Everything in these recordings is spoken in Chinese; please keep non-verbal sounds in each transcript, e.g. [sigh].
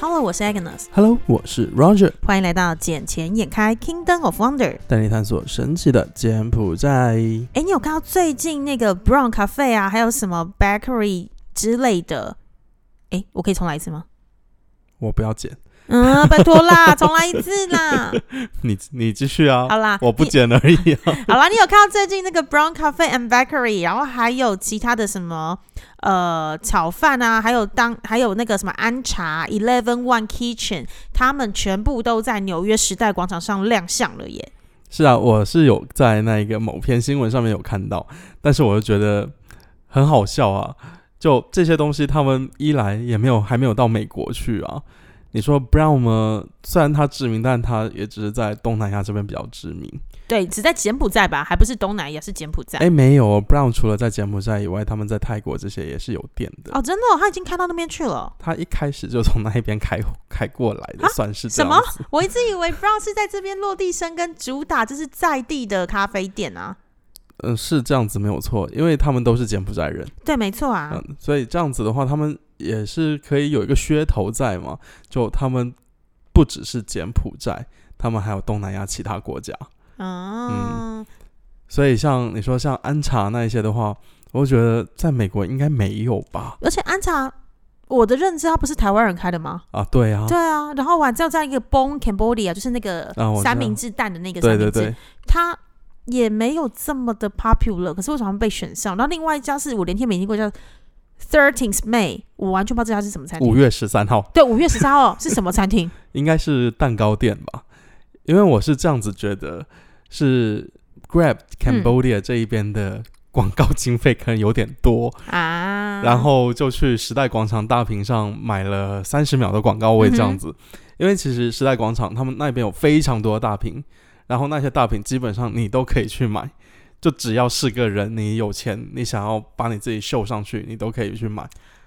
Hello，我是 Agnes， Hello，我是 Roger，欢迎来到眼前眼开 Kingdom of Wonder。带你探索神奇的柬埔寨。哎，你有看到最近那个 Brown Cafe 啊，还有什么 Bakery 之类的？哎，我可以重来一次吗？我不要剪， [laughs] 嗯，拜托啦，重来一次啦。你你继续啊，好啦，我不你剪而已、 [laughs] 啊。好啦，你有看到最近那个 Brown Cafe and Bakery，然后还有其他的什么呃炒饭啊，还有当还有那个什么安茶 Eleven One Kitchen，他们全部都在纽约时代广场上亮相了耶。是啊，我是有在那一个某篇新闻上面有看到，但是我就觉得很好笑啊。就这些东西，他们一来也没有还没有到美国去啊。你说 Brown 吗？虽然他知名，但他也只是在东南亚这边比较知名。对，只在柬埔寨吧，还不是东南亚，是柬埔寨。哎，没有哦，Brown 除了在柬埔寨以外，他们在泰国这些也是有店的。哦，真的、哦，他已经开到那边去了。哦他一开始就从那一边开开过来的，啊算是什这样么子？我一直以为 [laughs] Brown 是在这边落地生根，主打就是在地的咖啡店啊。嗯，是这样子没有错，因为他们都是柬埔寨人，对，没错啊。嗯，所以这样子的话，他们也是可以有一个噱头在嘛，就他们不只是柬埔寨，他们还有东南亚其他国家，嗯，所以像你说像安茶那一些的话，我觉得在美国应该没有吧？而且安茶，我的认知他不是台湾人开的吗？啊，对啊，对啊，然后我还知道在一个 Bone Cambodia，就是那个啊我知道三明治蛋的那个三对明对治，对，它也没有这么的 popular，可是为什么被选上？然后另外一家是我连听没听过叫 Thirteenth May，我完全不知道这家是什么餐五厅。月十三号。对，五月十三号是什么餐厅？应该是蛋糕店吧，因为我是这样子觉得，是 Grab Cambodia 嗯这一边的广告经费可能有点多，啊，然后就去时代广场大屏上买了三十秒的广告位这嗯样子，因为其实时代广场他们那边有非常多的大屏，然后那些大屏基本上你都可以去买。就只要是个人，你有钱，你想要把你自己秀上去，你都可以去买。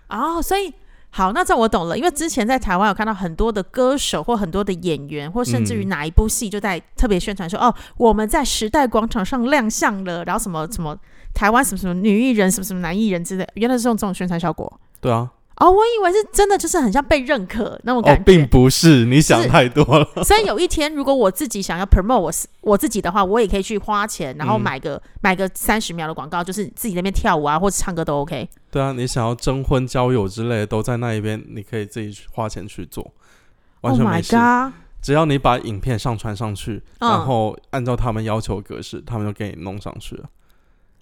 哦，所以好，那这我懂了，因为之前在台湾有看到很多的歌手或很多的演员，或甚至于嗯哪一部戏就在特别宣传说，哦，我们在时代广场上亮相了，然后什么什么台湾什么什么女艺人，什么什么男艺人之类，原来是用这种宣传效果。对啊，哦，我以为是真的，就是很像被认可那种哦感，觉。并不是，你想是太多了。所以有一天，如果我自己想要 promote 我是我自己的话，我也可以去花钱，然后嗯买个、买个三十秒的广告，就是自己在那边跳舞啊，或者唱歌都 OK。对啊，你想要征婚、交友之类的，都在那一边，你可以自己去花钱去做，完 Oh 全 my 没事。 god！只要你把影片上传上去，嗯然后按照他们要求的格式，他们就给你弄上去了。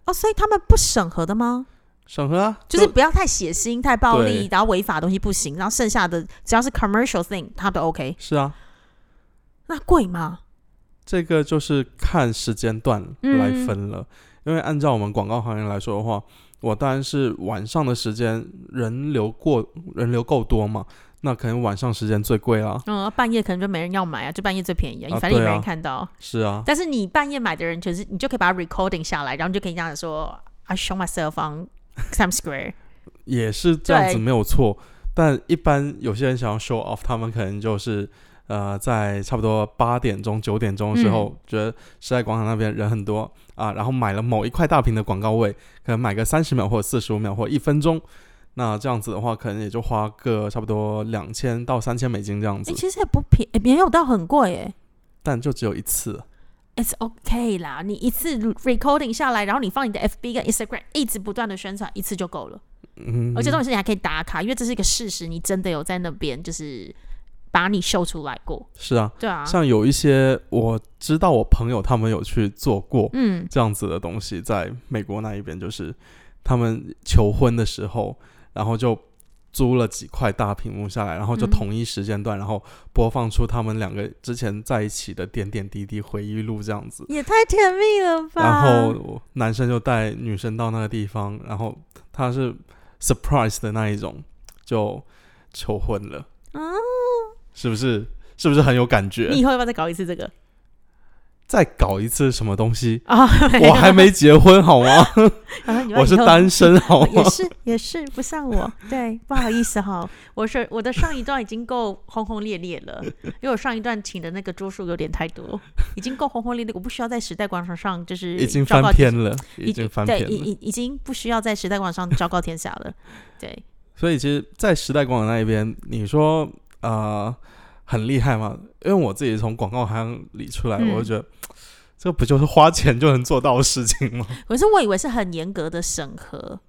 哦，所以他们不审核的吗？审核啊，就是不要太血腥、太暴力对，然后违法的东西不行，然后剩下的只要是 commercial thing，它都 OK。是啊，那贵吗？这个就是看时间段来分了。嗯因为按照我们广告行业来说的话，我当然是晚上的时间人流过人流够多嘛，那可能晚上时间最贵啊。嗯，半夜可能就没人要买啊，就半夜最便宜啊，啊反正也没对啊人看到。是啊，但是你半夜买的人，就是你就可以把它 recording 下来，然后你就可以这样说，I show myself on Times [laughs] Square。也是这样子对没有错，但一般有些人想要 show off，他们可能就是呃，在差不多八点钟、九点钟的时嗯候，觉得时代广场那边人很多啊，然后买了某一块大屏的广告位，可能买个三十秒或者四十五秒或一分钟，那这样子的话，可能也就花个差不多两千到三千美金这样哎、子，其实也不便，也没有到很贵哎。但就只有一次。 It's OK 啦，你一次 recording 下来，然后你放你的 FB 跟 Instagram，一直不断的宣传，一次就够了。嗯，而且重点是你还可以打卡，因为这是一个事实，你真的有在那边就是把你秀出来过，是啊，对啊，像有一些我知道我朋友他们有去做过，嗯，这样子的东西，在美国那一边，就是他们求婚的时候，然后就租了几块大屏幕下来，然后就嗯同一时间段，然后播放出他们两个之前在一起的点点滴滴回忆录这样子。也太甜蜜了吧然后我男生就带女生到那个地方，然后他是 surprise 的那一种，就求婚了，啊，是不是？是不是很有 [laughs] 感你觉？以后要不要再搞一次这 [laughs] 个再搞一次什么 [laughs] 东西？啊？我还没结 [laughs] 婚好吗？然啊后你要我是以后哦单身哦好吗 [laughs] 也？是也是不像我，对，不好意思哈，我是我的上一段已经够轰轰烈烈了，因为我上一段请的那个桌数有点太多，已经够轰轰烈烈，我不需要在时代广场上嗯就是已经昭告翻天篇了，已已经翻对篇已了。已已经不需要在时代广场上昭告天下了，对，所以其实，在时代广场那一边，你说呃很厉害嘛，因为我自己从广告行里出来，嗯我就觉得这不就是花钱就能做到的事情吗？可是我以为是很严格的审核，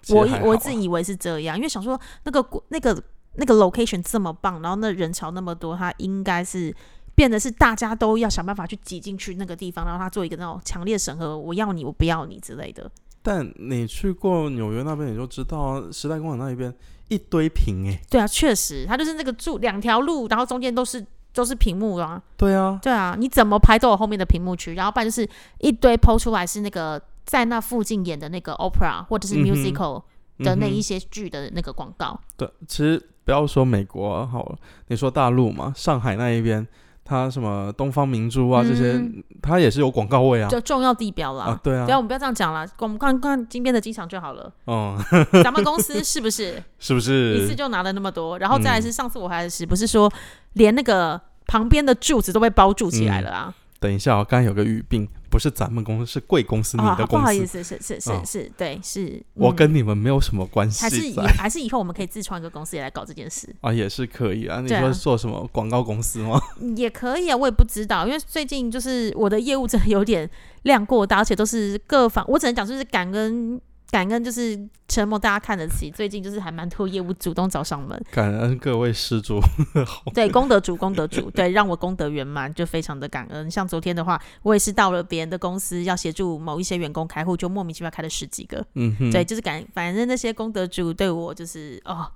其实我还以我好自啊以为是这样，因为想说那个国那个那个 location 这么棒，然后那人潮那么多，它应该是变得是大家都要想办法去挤进去那个地方，然后他做一个那种强烈审核，我要你，我不要你之类的。但你去过纽约那边，你就知道啊时代广场那一边一堆屏哎、对啊，确实，它就是那个柱两条路，然后中间都是都是屏幕啊。对啊，对啊，你怎么拍都有后面的屏幕区，然后不然就是一堆抛出来是那个在那附近演的那个 opera 或者是嗯哼 musical 的那一嗯哼些剧的那个广告。对，其实不要说美国好了，你说大陆嘛，上海那一边，它什么东方明珠啊、这嗯些，它也是有广告位啊就重要地标啦。啊，对不要，啊，我们不要这样讲啦，我们看看金边的机场就好 [laughs] 了。嗯，咱们公司是不是是不一 [laughs] 是嗯次？就拿了那么多？然后再来是上次我还是不是说连那个旁边的柱子都被包住起来了啊？等一下、哦，刚刚有个语病，不是咱们公嗯司，是贵公司，你啊，的不公好司，意思，是是是哦是，对是。我嗯跟你们没有什么关系还是以在。还是以后我们可以自创一个公司也来搞这件事，啊，也是可以啊。你对啊说做什么广告公司吗？也可以啊。我也不知道，因为最近就是我的业务真的有点量过大，而且都是各方，我只能讲就是感恩感恩，就是承蒙大家看得起。最近就是还蛮多业务主动找上门，感恩各位施主， [laughs] 对，功德主，功德主，对，让我功德圆满，就非常的感恩。像昨天的话，我也是到了别人的公司，要协助某一些员工开户，就莫名其妙开了十几个。嗯哼，对，就是感，反正那些功德主对我就是哦，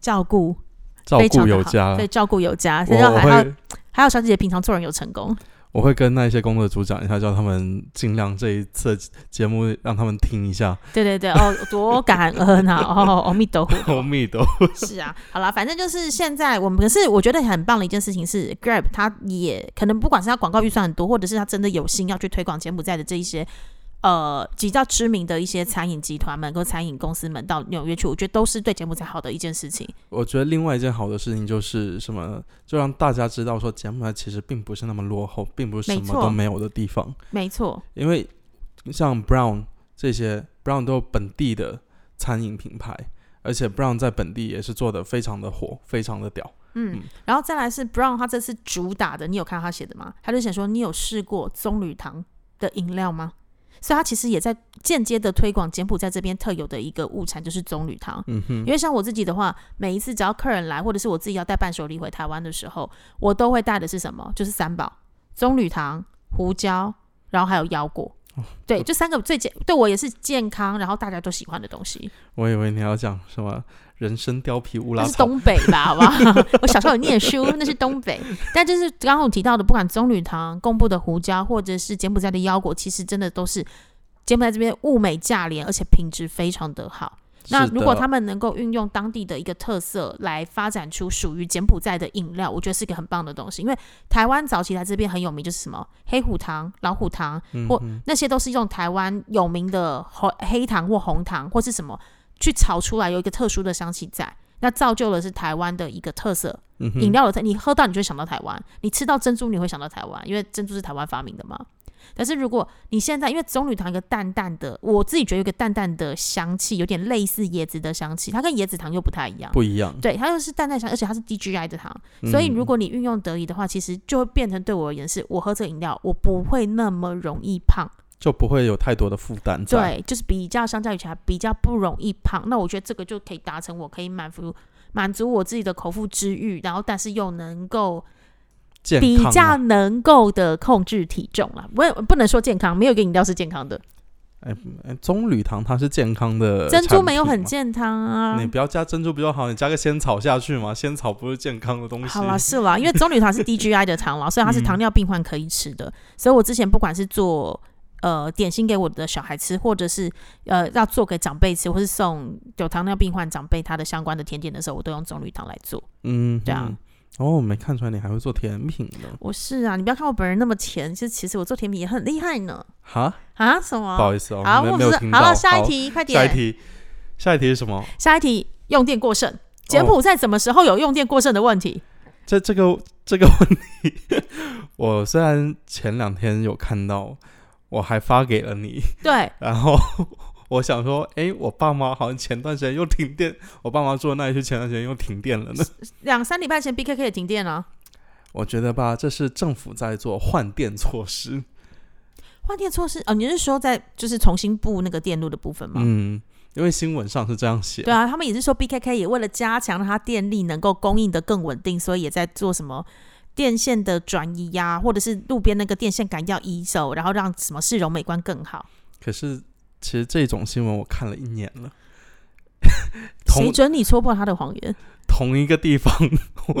照顾照非常顾的有好加。对，照顾有加。我然后我还要会还有小姐姐平常做人有成功，我会跟那些工作组讲一下，叫他们尽量这一次节目让他们听一下。对对对，哦，多感恩啊！哦，阿弥陀佛。阿弥陀是啊，好啦，反正就是现在我们，可是我觉得很棒的一件事情是，Grab 它也可能不管是它广告预算很多，或者是它真的有心要去推广柬埔寨的这一些呃比较知名的一些餐饮集团们跟餐饮公司们到纽约去，我觉得都是对柬埔寨好的一件事情。我觉得另外一件好的事情就是什么，就让大家知道说柬埔寨其实并不是那么落后，并不是什没么错都没有的地方。没错，因为像 Brown 这些，Brown 都有本地的餐饮品牌，而且 Brown 在本地也是做的非常的火，非常的屌。嗯，嗯然后再来是 Brown，他这次主打的，你有看他写的吗？他就写说，你有试过棕榈糖的饮料吗？所以他其实也在间接的推广柬埔寨这边特有的一个物产，就是棕榈糖。嗯哼因，为像我自己的话，每一次只要客人来，或者是我自己要带伴手礼回台湾的时候，我都会带的是什么？就是三宝：棕榈糖、胡椒，然后还有腰果。对，这三个最健，对我也是健康，然后大家都喜欢的东西。我以为你要讲什么人参貂皮乌那拉是草，东北吧，好不好？ [laughs] 我小时候有念书，那是东北。但就是刚刚我提到的，不管棕榈糖、贡布的胡椒，或者是柬埔寨的腰果，其实真的都是柬埔寨这边物美价廉，而且品质非常的好。那是如果的他们能够运用当地的一个特色来发展出属于柬埔寨的饮料，我觉得是一个很棒的东西。因为台湾早期来这边很有名，就是什么黑虎糖、老虎糖，嗯或那些都是用台湾有名的红黑糖或红糖或是什么去炒出来，有一个特殊的香气在。那造就了是台湾的一个特色嗯饮哼，料的特，你喝到你就会想到台湾，你吃到珍珠你会想到台湾，因为珍珠是台湾发明的嘛。但是如果你现在因为棕榈糖有一个淡淡的，我自己觉得有一个淡淡的香气，有点类似椰子的香气，它跟椰子糖又不太一样。不嗯一样。对，它又是淡淡香，而且它是 DGI 的糖，所以如果你运用得宜的话，其实就会变成对我而言是，我喝这个饮料我不会那么容易胖，嗯就不会有太多的负担在。对，就是比较相较于其他比较不容易胖。那我觉得这个就可以达成我可以满足满足我自己的口腹之欲，然后但是又能够健比康较啊，能够的控制体重啦。我也不能说健康，没有一个饮料是健康的，哎棕榈糖它是健康的，珍珠没有很。健康啊你。不要加珍珠比较好，你加个仙草下去嘛，仙草不是健康的东西。好啦，是啦，因为棕榈糖是 DGI 的 [laughs] 糖啦，所以它是糖尿病患可以吃的。所以我之前不管是做呃点心给我的小孩吃，或者是呃要做给长辈吃，或是送有糖尿病患长辈他的相关的甜点的时候，我都用棕榈糖来做。嗯，对啊嗯。哦，没看出来你还会做甜品呢。我是啊，你不要看我本人那么甜，其实其实我做甜品也很厉害呢。哈，啊，什不么？好意思哦，好，没我没们有是听到。好了，下一题，快好，点，下一题，下一题是什么？下一题用电过剩。柬哦埔寨什么时候有用电过剩的问题？这这个 [laughs] 这个问题，我虽然前两天有看到，我还发给了你， [laughs] 对，然后我想说，哎，我爸妈好像前段时间又停电，我爸妈住的那一区前段时间又停电了呢。两三礼拜前 BKK 也停电了， [laughs] 我觉得吧，这是政府在做换电措施。换电措施哦，你是说在就是重新布那个电路的部分吗？嗯，因为新闻上是这样写。对啊，他们也是说 BKK 也为了加强让它电力能够供应的更稳定，所以也在做什么电线的转移呀、或者是路边那个电线杆要移走，然后让什么市容美观更好。可是其实这种新闻我看了一年了，谁同准你戳破他的谎言？同一个地方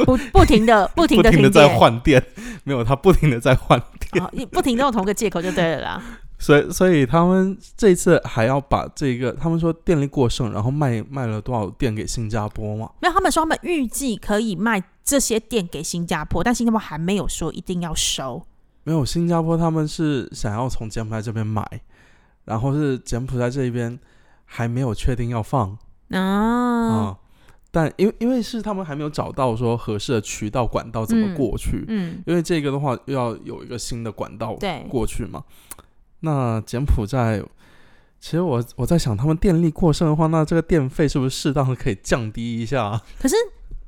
不不停的不停不的停停电，的在换电，没有，他不停的在换哦你不停的用同个借口就对了啦。所以，所以他们这次还要把这个，他们说电力过剩，然后卖卖了多少电给新加坡嘛？没有，他们说他们预计可以卖这些电给新加坡，但新加坡还没有说一定要收。没有，新加坡他们是想要从柬埔寨这边买，然后是柬埔寨这边还没有确定要放啊、啊，但因为因为是他们还没有找到说合适的渠道管道怎么嗯过去，嗯，因为这个的话又要有一个新的管道对过去嘛。那柬埔寨，其实我我在想，他们电力过剩的话，那这个电费是不是适当的可以降低一下啊？可是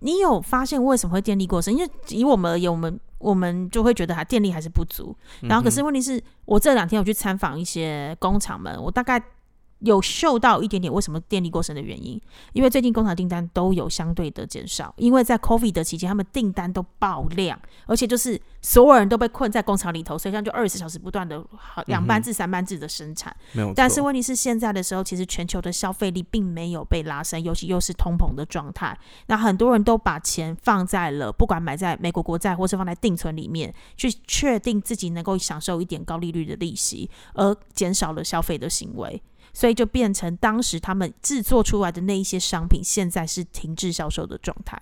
你有发现为什么会电力过剩？因为以我们而言，我们我们就会觉得还电力还是不足。 [laughs] 然后可是嗯问题是我这两天有去参访一些工厂们，我大概。有嗅到一点点为什么电力过剩的原因，因为最近工厂订单都有相对的减少，因为在 COVID 的期间，他们订单都爆量，而且就是所有人都被困在工厂里头，所以他就二十四小时不断的两班制、三班制的生产。哼没有错，但是问题是，现在的时候，其实全球的消费力并没有被拉升，尤其又是通膨的状态。那很多人都把钱放在了，不管买在美国国债，或是放在定存里面，去确定自己能够享受一点高利率的利息，而减少了消费的行为。所以就变成当时他们制作出来的那一些商品，现在是停滞销售的状态。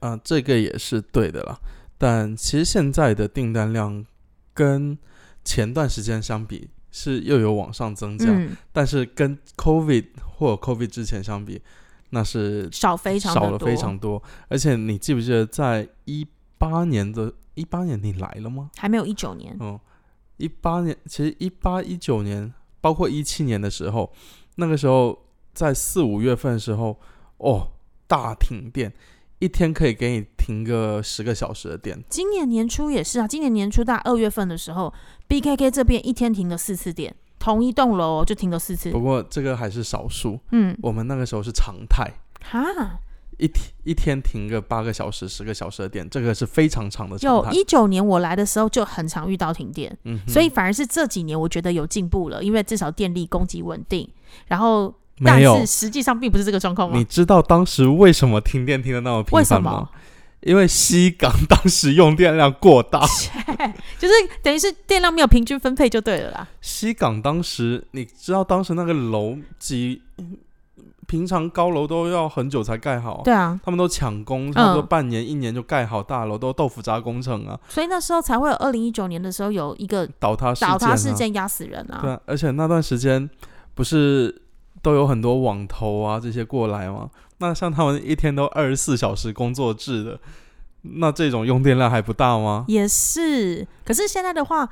啊、这个也是对的啦。但其实现在的订单量跟前段时间相比是又有往上增加，嗯，但是跟 COVID 或 COVID 之前相比，那是少非常的少了多非常多。而且你记不记得，在一八年的一八年你来了吗？还没有一九年，嗯，一八年其实一八一九年，包括一七年的时候，那个时候在四五月份的时候，哦，大停电，一天可以给你停个十个小时的电。今年年初也是啊，今年年初大概二月份的时候，BKK 这边一天停了四次电，同一栋楼哦就停了四次不。过这个还是少数，嗯，我们那个时候是常态，哈，一天一天停个八个小时、十个小时的电，这个是非常长的常有态。一九年我来的时候就很常遇到停电，嗯哼，所以反而是这几年我觉得有进步了，因为至少电力供给稳定。然后，但没有是，实际上并不是这个状况你吗？知道当时为什么停电停的那么频为什繁吗么？？因为西港当时用电量过大。 [laughs] 就是等于是电量没有平均分配就对了啦。西港当时，你知道当时那个楼几，平常高楼都要很久才盖好，对啊，他们都抢工，差不多嗯半年、一年就盖好大楼，都豆腐渣工程啊，所以那时候才会有二零一九年的时候有一个倒塌事件、啊，倒塌事件压死人啊。对啊，而且那段时间不是都有很多网投啊这些过来吗？那像他们一天都二十四小时工作制的，那这种用电量还不大吗？也是，可是现在的话，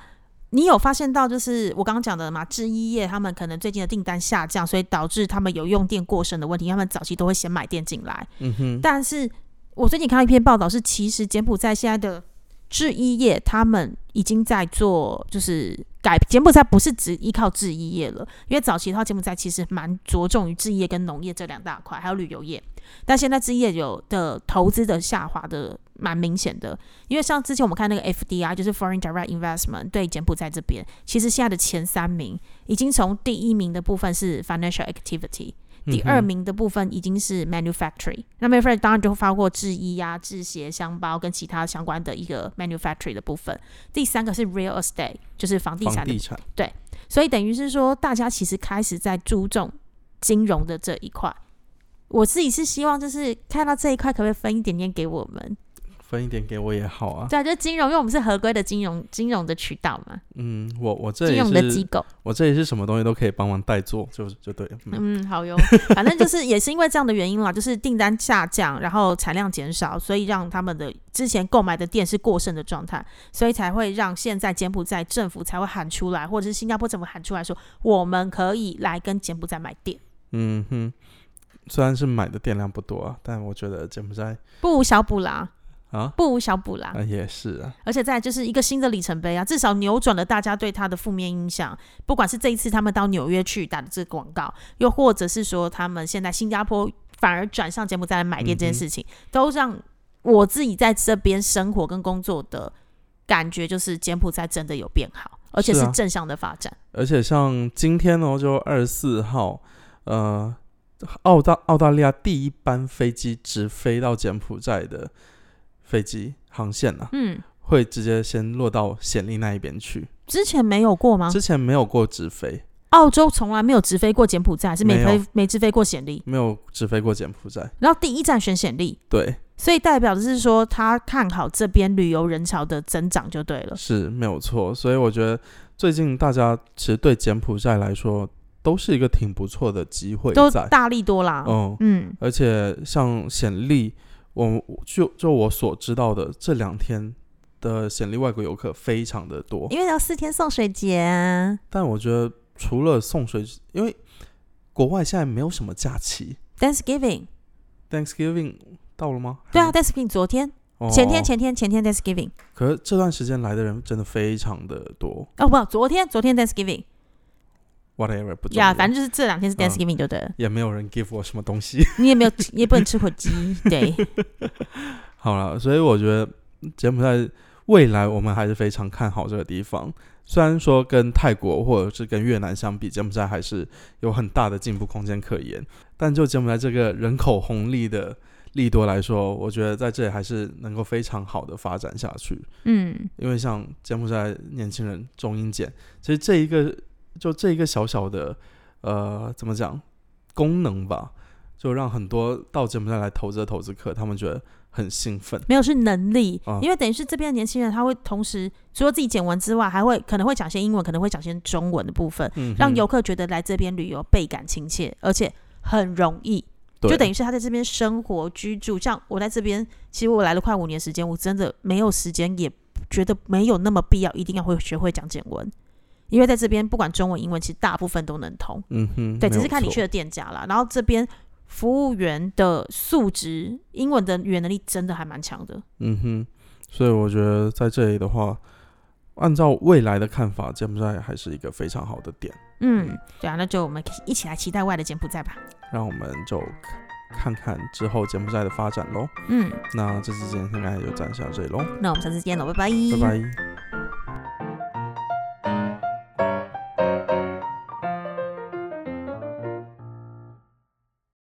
你有发现到就是我刚刚讲的嘛，制衣业他们可能最近的订单下降，所以导致他们有用电过剩的问题，他们早期都会先买电进来。嗯哼，但是我最近看到一篇报道是，其实柬埔寨现在的制衣业他们已经在做，就是改柬埔寨不是只依靠制衣业了，因为早期的话柬埔寨其实蛮着重于制衣业跟农业这两大块，还有旅游业。但现在制衣业有的投资的下滑的蛮明显的，因为像之前我们看那个 FDI，就是 Foreign Direct Investment 对柬埔寨这边，其实现在的前三名已经从第一名的部分是 Financial Activity，第嗯二名的部分已经是 manufacturing，、那 manufacturing 当然就会包括制衣啊、制鞋、箱包跟其他相关的一个 manufacturing 的部分。第三个是 real estate，就是房地房产的地产，所以等于是说，大家其实开始在注重金融的这一块。我自己是希望，就是看到这一块，可不可以分一点点给我们？分一点给我也好啊。对啊，就是金融，因为我们是合规的金融金融的渠道嘛，嗯，我我这金里融的机是，构。我这里是什么东西都可以帮忙代做，就就对了。嗯嗯，好哟。 [laughs] 反正就是也是因为这样的原因啦，就是订单下降，然后产量减少，所以让他们的之前购买的店是过剩的状态，所以才会让现在柬埔寨政府才会喊出来，或者是新加坡政府喊出来说，我们可以来跟柬埔寨买店，嗯哼，虽然是买的电量不多啊，但我觉得柬埔寨不无小补啦，啊，不无小补啦。那也是啊，而且再来就是一个新的里程碑啊，至少扭转了大家对他的负面印象。不管是这一次他们到纽约去打的这个广告，又或者是说他们现在新加坡反而转向柬埔寨来买店这件嗯事情，都让我自己在这边生活跟工作的感觉就是柬埔寨真的有变好，而且是是啊正向的发展。而且像今天哦，就二十四号，呃，澳大澳大利亚第一班飞机直飞到柬埔寨的飞机航线啊，嗯，会直接先落到暹粒那一边去。之前没有过吗？之前没有过直飞，澳洲从来没有直飞过柬埔寨，还是没没有飞没直飞过暹粒，没有直飞过柬埔寨。然后第一站选暹粒。对，所以代表的是说，他看好这边旅游人潮的增长就对了。是没有错。所以我觉得最近大家其实对柬埔寨来说都是一个挺不错的机会都在。大力多啦。嗯，嗯，而且像暹粒，我就就我所知道的，这两天的暹粒外国游客非常的多。因为有四天送水节啊，但我觉得除了送水，因为国外现在没有什么假期 Thanksgiving， ，Thanksgiving 到了吗？对啊，Thanksgiving 昨天、嗯哦，前天、前天、前天 Thanksgiving，可是这段时间来的人真的非常的多哦不，昨天昨天 Thanksgiving， ，whatever 不重要呀，反正就是这两天是嗯 Thanksgiving 就对了，也没有人 give 我什么东西。你也没有，你也不能吃 [laughs] 火鸡，对， [laughs] 好了，所以我觉得嗯柬埔寨未来我们还是非常看好这个地方。虽然说跟泰国或者是跟越南相比，柬埔寨还是有很大的进步空间可言，但就柬埔寨这个人口红利的利多来说，我觉得在这里还是能够非常好的发展下去。嗯，因为像柬埔寨年轻人中英检，其实这一个就这一个小小的呃怎么讲功能吧，就让很多到柬埔寨来投资的投资客，他们觉得很兴奋。没有是能力，嗯因为等于是这边的年轻人他会同时除了自己简文之外，还会可能会讲些英文，可能会讲些中文的部分，嗯哼，让游客觉得来这边旅游倍感亲切，而且很容易，就等于于是他在这边生活居住。像我在这边，其实我来了快五年时间，我真的没有时间，也觉得没有那么必要，一定要会学会讲简文，因为在这边不管中文、英文，其实大部分都能通。嗯哼，对，没只是有看你错去的店家啦。然后这边服务员的素质，英文的语言能力真的还蛮强的。嗯哼，所以我觉得在这里的话，按照未来的看法，柬埔寨还是一个非常好的点。嗯，对啊，那就我们一起来期待外的柬埔寨吧。让我们就看看之后柬埔寨的发展喽。嗯，那这次今天大概就暂时到这里喽，那我们下次见喽，拜拜，拜拜。